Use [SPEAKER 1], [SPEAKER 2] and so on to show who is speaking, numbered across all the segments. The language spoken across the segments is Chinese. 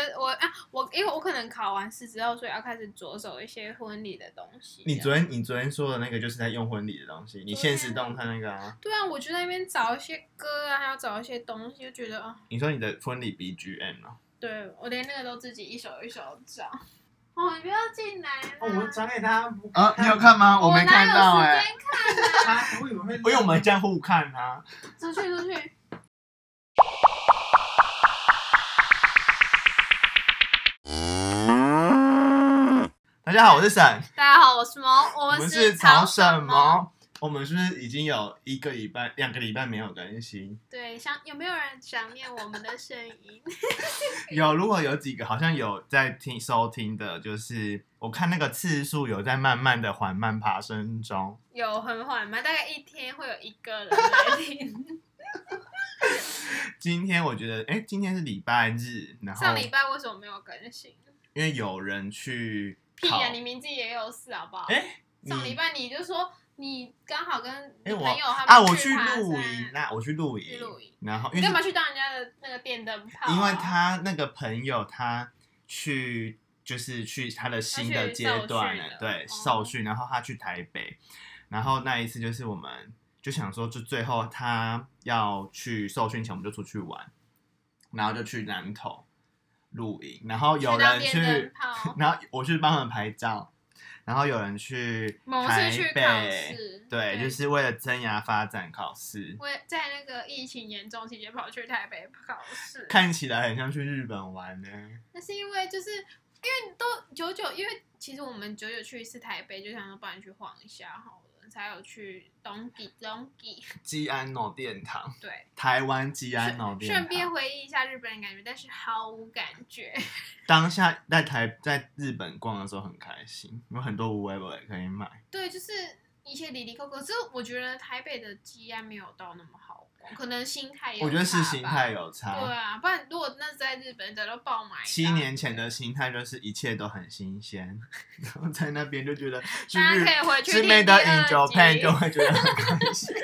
[SPEAKER 1] 啊，我因为我可能考完试之后，所以要开始着手一些婚礼的东西。
[SPEAKER 2] 你昨天你昨天说的那个就是在用婚礼的东西，你现实动态那个啊，
[SPEAKER 1] 对啊，我就在那边找一些歌啊，还要找一些东西，就觉得啊、
[SPEAKER 2] 你说你的婚礼 BGM 啊，
[SPEAKER 1] 对我连那个都自己一首一首找。哦，你不要进来啦！
[SPEAKER 3] 哦，我传给他，不
[SPEAKER 4] 啊，你有看吗？
[SPEAKER 1] 我
[SPEAKER 4] 没看到哎、
[SPEAKER 1] 哪
[SPEAKER 2] 欸
[SPEAKER 1] 有时间看
[SPEAKER 3] 他，我以为会，
[SPEAKER 2] 因为我们这样互看啊，
[SPEAKER 1] 出去出去。
[SPEAKER 2] 大家好，我是沈，
[SPEAKER 1] 大家好，我是毛，我
[SPEAKER 2] 我
[SPEAKER 1] 们
[SPEAKER 2] 们
[SPEAKER 1] 是
[SPEAKER 2] 是曹
[SPEAKER 1] 什
[SPEAKER 2] 沈？萌，我们是不是已经有一个礼拜、两个礼拜没有更新？
[SPEAKER 1] 对，想有没有人想念我们的声音？
[SPEAKER 2] 有，如果有几个好像有在听收听的，就是我看那个次数有在慢慢的缓慢爬升中。
[SPEAKER 1] 有很缓慢，大概一天会有一个人来听。
[SPEAKER 2] 今天我觉得，哎、今天是礼拜日，然后
[SPEAKER 1] 上礼拜为什么没有更新？
[SPEAKER 2] 因为有人去
[SPEAKER 1] 屁
[SPEAKER 2] 考
[SPEAKER 1] 呀、，你明自己也有事好不好？
[SPEAKER 2] 哎你
[SPEAKER 1] 上礼拜你就说你刚好跟你
[SPEAKER 2] 哎我
[SPEAKER 1] 朋友他们
[SPEAKER 2] 啊，我
[SPEAKER 1] 去
[SPEAKER 2] 去
[SPEAKER 1] 爬山
[SPEAKER 2] 露营，那我去露
[SPEAKER 1] 去
[SPEAKER 2] 营，
[SPEAKER 1] 露营
[SPEAKER 2] 然后因
[SPEAKER 1] 你
[SPEAKER 2] 为
[SPEAKER 1] 干
[SPEAKER 2] 是
[SPEAKER 1] 嘛去当人家的那个电灯泡、啊？
[SPEAKER 2] 因为他那个朋友他去就是去他的新的阶
[SPEAKER 1] 他去
[SPEAKER 2] 段
[SPEAKER 1] 受训了
[SPEAKER 2] 对，
[SPEAKER 1] 哦
[SPEAKER 2] 受训，然后他去台北，然后那一次就是我们就想说，就最后他要去受训前，我们就出去玩，然后就去南投露营，然后有人
[SPEAKER 1] 去当电 灯
[SPEAKER 2] 去，，
[SPEAKER 1] 泡
[SPEAKER 2] 然后我去帮他们拍照，然后有人去
[SPEAKER 1] 某
[SPEAKER 2] 台
[SPEAKER 1] 次去考
[SPEAKER 2] 北，
[SPEAKER 1] 试，
[SPEAKER 2] 对，就是为了增牙发展考试。
[SPEAKER 1] 我也在那个疫情严重期间跑去台北考试，
[SPEAKER 2] 看起来很像去日本玩呢、
[SPEAKER 1] 那是因为就是因为都九九，因为其实我们九九去一次台北，就想说不然去晃一下好了，才有去东吉东吉，
[SPEAKER 2] 基安诺殿堂，
[SPEAKER 1] 对，
[SPEAKER 2] 台湾基安诺殿
[SPEAKER 1] 顺
[SPEAKER 2] 堂。
[SPEAKER 1] 便回忆一下日本的感觉，但是毫无感觉。
[SPEAKER 2] 当下在台在日本逛的时候很开心，有很多无为也可以买。
[SPEAKER 1] 对，就是一些离离扣扣，只是我觉得台北的基安没有到那么好逛，可能心态也有
[SPEAKER 2] 我觉得是
[SPEAKER 1] 差
[SPEAKER 2] 心
[SPEAKER 1] 吧
[SPEAKER 2] 态有
[SPEAKER 1] 对
[SPEAKER 2] 差。
[SPEAKER 1] 啊，不然如果那是在日本，早就爆买。
[SPEAKER 2] 七年前的，心态就是一切都很新鲜，然后在那边就觉得是
[SPEAKER 1] 大家
[SPEAKER 2] 日
[SPEAKER 1] 可以回去
[SPEAKER 2] 是
[SPEAKER 1] 听
[SPEAKER 2] Made
[SPEAKER 1] 第
[SPEAKER 2] in
[SPEAKER 1] 二
[SPEAKER 2] Japan
[SPEAKER 1] 集
[SPEAKER 2] 就会觉得很开心。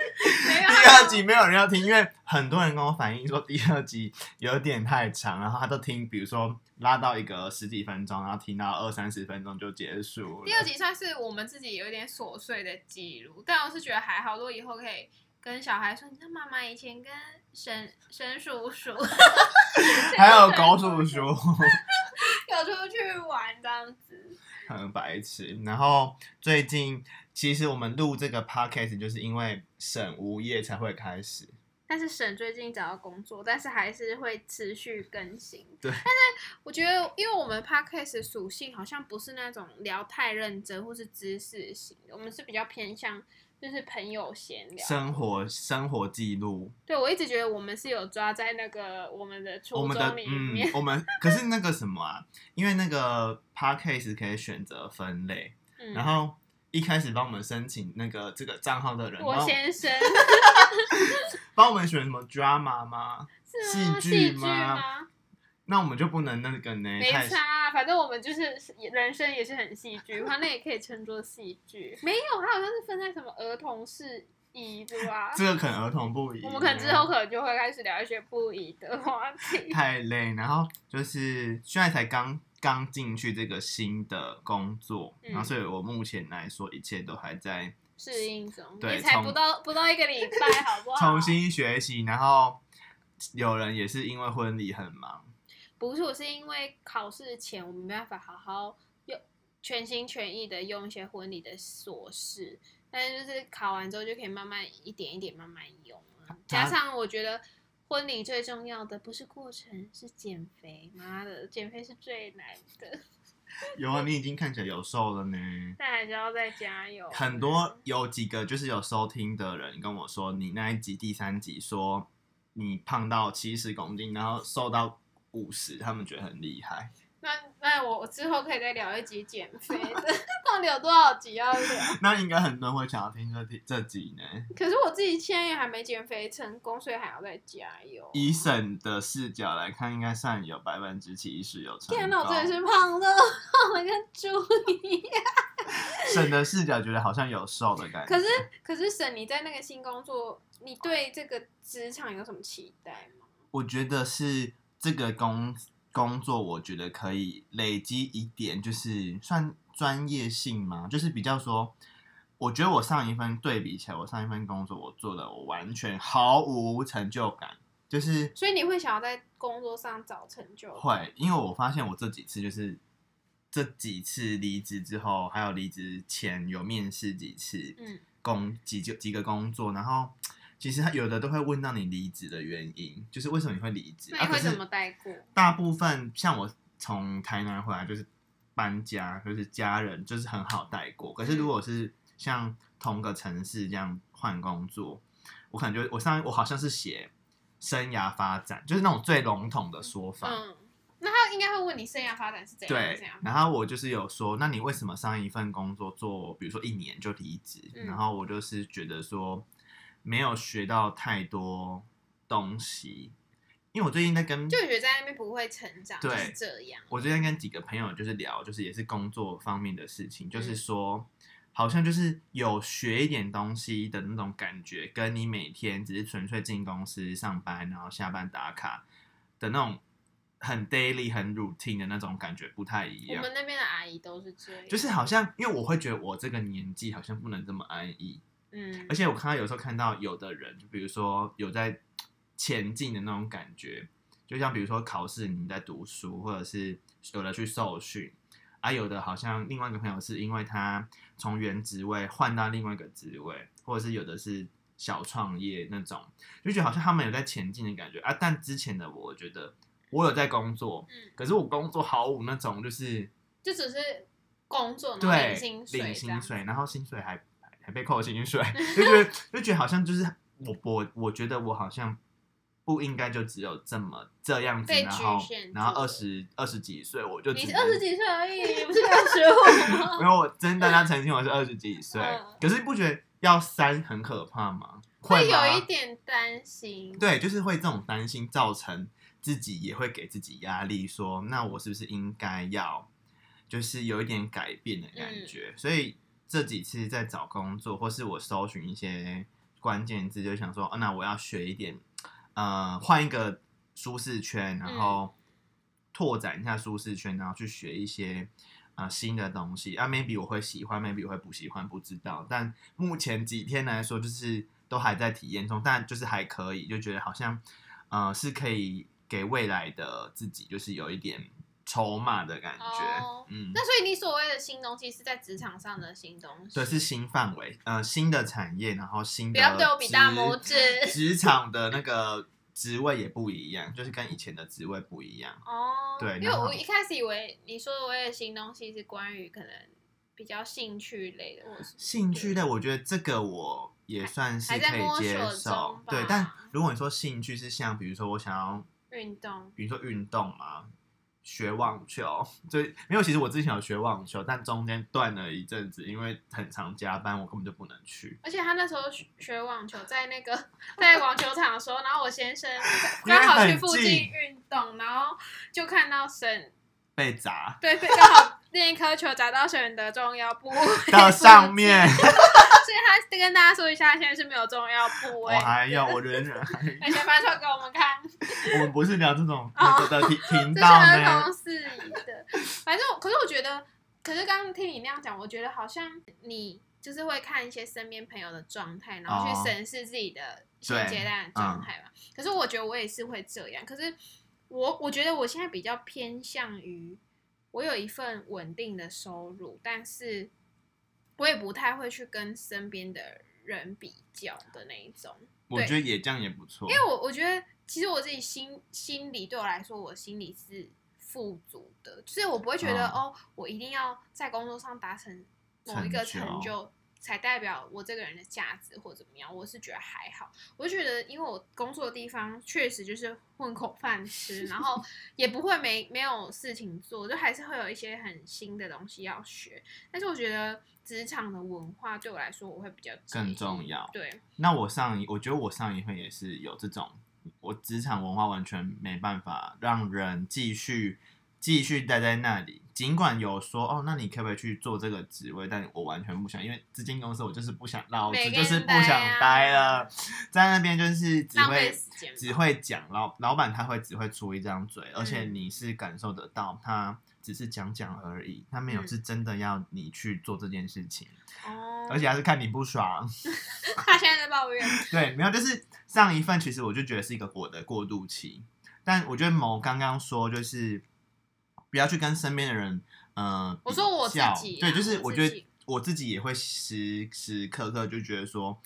[SPEAKER 1] 没有啊
[SPEAKER 2] 第二集没有人要听，因为很多人跟我反映说第二集有点太长，然后他都听，比如说拉到一个十几分钟，然后听到二三十分钟就结束了。
[SPEAKER 1] 第二集算是我们自己有一点琐碎的记录，但我是觉得还好，如果以后可以跟小孩说，你知道妈妈以前跟沈沈叔叔
[SPEAKER 2] 还有高叔叔
[SPEAKER 1] 有出去玩这样子，
[SPEAKER 2] 很白痴。然后最近其实我们录这个 podcast 就是因为省无业才会开始，
[SPEAKER 1] 但是沈最近找到工作，但是还是会持续更新。
[SPEAKER 2] 对
[SPEAKER 1] 但是我觉得，因为我们 podcast 的属性好像不是那种聊太认真或是知识型的，我们是比较偏向就是朋友闲聊。
[SPEAKER 2] 生活生活记录，
[SPEAKER 1] 对我一直觉得我们是有抓在那个我们的初
[SPEAKER 2] 我们的
[SPEAKER 1] 衷里
[SPEAKER 2] 嗯
[SPEAKER 1] 面。，
[SPEAKER 2] 我们可是那个什么啊，因为那个 podcast 可以选择分类，
[SPEAKER 1] 嗯
[SPEAKER 2] 然后。一开始帮我们申请那个这个账号的人，
[SPEAKER 1] 我
[SPEAKER 2] 帮
[SPEAKER 1] 先 生
[SPEAKER 2] 帮我们选什么 drama 吗？
[SPEAKER 1] 是吗？戏
[SPEAKER 2] 戏剧
[SPEAKER 1] 剧
[SPEAKER 2] 吗
[SPEAKER 1] 吗？
[SPEAKER 2] 那我们就不能那个呢，
[SPEAKER 1] 没
[SPEAKER 2] 太
[SPEAKER 1] 差啊、反正我们就是人生也是很戏剧化，那也可以称作戏剧。没有，它好像是分在什么儿童事宜对吧？
[SPEAKER 2] 这个可能儿童不宜。
[SPEAKER 1] 我们可能之
[SPEAKER 2] 嗯
[SPEAKER 1] 后可能就会开始聊一些不宜的话题。
[SPEAKER 2] 太累，然后就是现在才刚刚进去这个新的工作，
[SPEAKER 1] 嗯
[SPEAKER 2] 然后所以我目前来说一切都还在
[SPEAKER 1] 适应中，
[SPEAKER 2] 对
[SPEAKER 1] 你才
[SPEAKER 2] 从
[SPEAKER 1] 不到不到一个礼拜，好不好？
[SPEAKER 2] 重新学习，然后有人也是因为婚礼很忙，
[SPEAKER 1] 不是，我是因为考试前我们没办法好好用全心全意的用一些婚礼的琐事，但是就是考完之后就可以慢慢一点一点慢慢用了。
[SPEAKER 2] 啊
[SPEAKER 1] 加上我觉得婚礼最重要的不是过程，是减肥。妈的，减肥是最难的，
[SPEAKER 2] 有啊，你已经看起来有瘦了呢。
[SPEAKER 1] 但还是要再加油。
[SPEAKER 2] 很多有几个就是有收听的人跟我说，你那一集第三集说你胖到七十公斤，然后瘦到五十，他们觉得很厉害。
[SPEAKER 1] 那那我之后可以再聊一集减肥的， 到底有多少集要聊？
[SPEAKER 2] 那应该很多人会想要听这这集呢。
[SPEAKER 1] 可是我自己现在也还没减肥成功，所以还要再加油。
[SPEAKER 2] 以沈的视角来看，应该算有百分之七十有成功。
[SPEAKER 1] 天哪，我真的是胖的， 胖的跟猪一样。
[SPEAKER 2] 沈的视角觉得好像有瘦的感觉。
[SPEAKER 1] 可是，可是沈，你在那个新工作，你对这个职场有什么期待吗？
[SPEAKER 2] 我觉得是这个工工作，我觉得可以累积一点，就是算专业性嘛，就是比较说，我觉得我上一份对比起来，我上一份工作我做的我完全毫无成就感，就是
[SPEAKER 1] 所以你会想要在工作上找成就感？
[SPEAKER 2] 会，因为我发现我这几次就是这几次离职之后，还有离职前有面试几次，
[SPEAKER 1] 嗯，
[SPEAKER 2] 工几就几个工作，然后其实他有的都会问到你离职的原因，就是为什么你会离职。
[SPEAKER 1] 那
[SPEAKER 2] 啊，
[SPEAKER 1] 你
[SPEAKER 2] 可
[SPEAKER 1] 会
[SPEAKER 2] 是
[SPEAKER 1] 怎么带过？
[SPEAKER 2] 大部分像我从台南回来就是搬家，就是家人就是很好带过。可是
[SPEAKER 1] 嗯
[SPEAKER 2] 如果是像同个城市这样换工作，我可能就我上我好像是写生涯发展，就是那种最笼统的说法。
[SPEAKER 1] 嗯，那他应该会问你生涯发展是怎样
[SPEAKER 2] 对
[SPEAKER 1] 怎样，。
[SPEAKER 2] 然后我就是有说，那你为什么上一份工作做，比如说一年就离职？
[SPEAKER 1] 嗯
[SPEAKER 2] 然后我就是觉得说，没有学到太多东西，因为我最近在跟，
[SPEAKER 1] 就觉得在那边不会成长，
[SPEAKER 2] 对
[SPEAKER 1] 就是这样。
[SPEAKER 2] 我最近在跟几个朋友就是聊，就是也是工作方面的事情，
[SPEAKER 1] 嗯
[SPEAKER 2] 就是说，好像就是有学一点东西的那种感觉，跟你每天只是纯粹进公司上班，然后下班打卡的那种。很 daily、很 routine 的那种感觉不太一
[SPEAKER 1] 我
[SPEAKER 2] 样。
[SPEAKER 1] 们那边的阿姨都是这样，
[SPEAKER 2] 就是好像，因为我会觉得我这个年纪好像不能这么安逸，
[SPEAKER 1] 嗯，
[SPEAKER 2] 而且我看到有时候看到有的人，就比如说有在前进的那种感觉，就像比如说考试你在读书，或者是有的去受训，啊，有的好像另外一个朋友是因为他从原职位换到另外一个职位，或者是有的是小创业那种，就觉得好像他们有在前进的感觉啊。但之前的我，我觉得我有在工作，
[SPEAKER 1] 嗯，
[SPEAKER 2] 可是我工作毫无那种就是。
[SPEAKER 1] 就只是工作，然后
[SPEAKER 2] 对，
[SPEAKER 1] 领薪水，
[SPEAKER 2] 领薪，水，然后薪水还还被扣薪 水，就觉得就觉得好像就是我我我觉得我好像不应该就只有这么这样子，
[SPEAKER 1] 被
[SPEAKER 2] 然后
[SPEAKER 1] 局限
[SPEAKER 2] 然后
[SPEAKER 1] 住
[SPEAKER 2] 二十二十几岁我就
[SPEAKER 1] 你
[SPEAKER 2] 只
[SPEAKER 1] 是
[SPEAKER 2] 能
[SPEAKER 1] 二十几岁而已，你不是二十五 吗？
[SPEAKER 2] 因为我真的要澄清我是二 十几岁
[SPEAKER 1] 嗯，
[SPEAKER 2] 可是不觉得要三很可怕吗？
[SPEAKER 1] 会
[SPEAKER 2] 吗
[SPEAKER 1] 有一点担心，
[SPEAKER 2] 对，就是会这种担心造成自己也会给自己压力说那我是不是应该要就是有一点改变的感觉？所以这几次在找工作，或是我搜寻一些关键字，就想说，哦，那我要学一点，呃，换一个舒适圈，然
[SPEAKER 1] 嗯
[SPEAKER 2] 后拓展一下舒适圈，然后去学一些。啊，新的东西啊，maybe 我会喜欢，maybe 我会不喜欢，不知道。但目前几天来说，就是都还在体验中，但就是还可以，就觉得好像，呃，是可以给未来的自己，就是有一点筹码的感觉。
[SPEAKER 1] 哦
[SPEAKER 2] 嗯，
[SPEAKER 1] 那所以你所谓的新东西是在职场上的新东西，
[SPEAKER 2] 对，是新范围，呃，新的产业，然后新
[SPEAKER 1] 不
[SPEAKER 2] 的
[SPEAKER 1] 要对我比大拇
[SPEAKER 2] 职
[SPEAKER 1] 指
[SPEAKER 2] 职场的那个职位也不一样，就是跟以前的职位不一样。
[SPEAKER 1] 哦。
[SPEAKER 2] 对
[SPEAKER 1] 因为
[SPEAKER 2] 然后
[SPEAKER 1] 我一开始以为你说的我的新东西是关于可能比较兴趣类的，或者是
[SPEAKER 2] 兴趣类，我觉得这个我也算是
[SPEAKER 1] 还在
[SPEAKER 2] 可以
[SPEAKER 1] 摸
[SPEAKER 2] 接
[SPEAKER 1] 索
[SPEAKER 2] 受
[SPEAKER 1] 中。
[SPEAKER 2] 对
[SPEAKER 1] 吧，
[SPEAKER 2] 但如果你说兴趣是像，比如说我想要，
[SPEAKER 1] 运动，
[SPEAKER 2] 比如说运动嘛，学网球，就没有。其实我之前有学网球，但中间断了一阵子，因为很常加班，我根本就不能去。
[SPEAKER 1] 而且他那时候学学网球，在那个 在网球场的时候，然后我先 生
[SPEAKER 2] 因为
[SPEAKER 1] 刚好去
[SPEAKER 2] 很
[SPEAKER 1] 附近
[SPEAKER 2] 近
[SPEAKER 1] 运动，然后就看到沈
[SPEAKER 2] 被砸
[SPEAKER 1] 对被刚好 那一颗球砸到沈的重要部位
[SPEAKER 2] 到上面，
[SPEAKER 1] 所以他跟大家说一下，现在是没有重要部
[SPEAKER 2] 我
[SPEAKER 1] 位。
[SPEAKER 2] 哦还要我忍忍。
[SPEAKER 1] 而且翻出来给我们看，
[SPEAKER 2] 我们不是聊这种
[SPEAKER 1] 哦
[SPEAKER 2] 的频
[SPEAKER 1] 这是
[SPEAKER 2] 频道
[SPEAKER 1] 儿童
[SPEAKER 2] 呢，
[SPEAKER 1] 适宜的。反正我，可是我觉得，可是刚刚听你那样讲，我觉得好像你就是会看一些身边朋友的状态，然后
[SPEAKER 2] 哦
[SPEAKER 1] 去审视自己的现
[SPEAKER 2] 对
[SPEAKER 1] 阶段的状态嘛。可是我觉得我也是会这样，可是我我觉得我现在比较偏向于我有一份稳定的收入，但是我也不太会去跟身边的人比较的那一种。
[SPEAKER 2] 我觉得也这样也不错
[SPEAKER 1] 因。为我我觉得，其实我自己心心里对我来说，我心里是富足的，就是我不会觉得、哦，我一定要在工作上达成某一个
[SPEAKER 2] 嗯成就
[SPEAKER 1] 成就，才代表我这个人的价值或怎么样。我是觉得还好，我就觉得因为我工作的地方确实就是混口饭吃，然 后也不会没没有事情做，就还是会有一些很新的东西要学。但是我觉得职场的文化对我来说，我会比较介
[SPEAKER 2] 更
[SPEAKER 1] 意
[SPEAKER 2] 重要
[SPEAKER 1] 对。
[SPEAKER 2] 那我上一，我觉得我上一份也是有这种，我职场文化完全没办法让人继续继续待在那里，尽管有说哦，那你可不可以去做这个职位？但我完全不想，因为资金公司我就是不想，老子
[SPEAKER 1] 每个
[SPEAKER 2] 就
[SPEAKER 1] 人
[SPEAKER 2] 是不想待
[SPEAKER 1] 啊
[SPEAKER 2] 了，在那边就是只
[SPEAKER 1] 浪费
[SPEAKER 2] 会
[SPEAKER 1] 时间吧，
[SPEAKER 2] 只会讲老老板他会只会出一张嘴，而且你是感受得到他只是讲讲而已，他没有
[SPEAKER 1] 嗯
[SPEAKER 2] 是真的要你去做这件事情，
[SPEAKER 1] 哦，
[SPEAKER 2] 而且还是看你不爽。
[SPEAKER 1] 他现在在抱怨，
[SPEAKER 2] 对，没有，就是上一份其实我就觉得是一个我的过渡期，但我觉得某刚刚说就是不要去跟身边的人，呃，
[SPEAKER 1] 我说我
[SPEAKER 2] 比较
[SPEAKER 1] 自己啊
[SPEAKER 2] 对，就是
[SPEAKER 1] 我
[SPEAKER 2] 我
[SPEAKER 1] 自
[SPEAKER 2] 觉
[SPEAKER 1] 己
[SPEAKER 2] 得我自己也会时时刻刻就觉得说，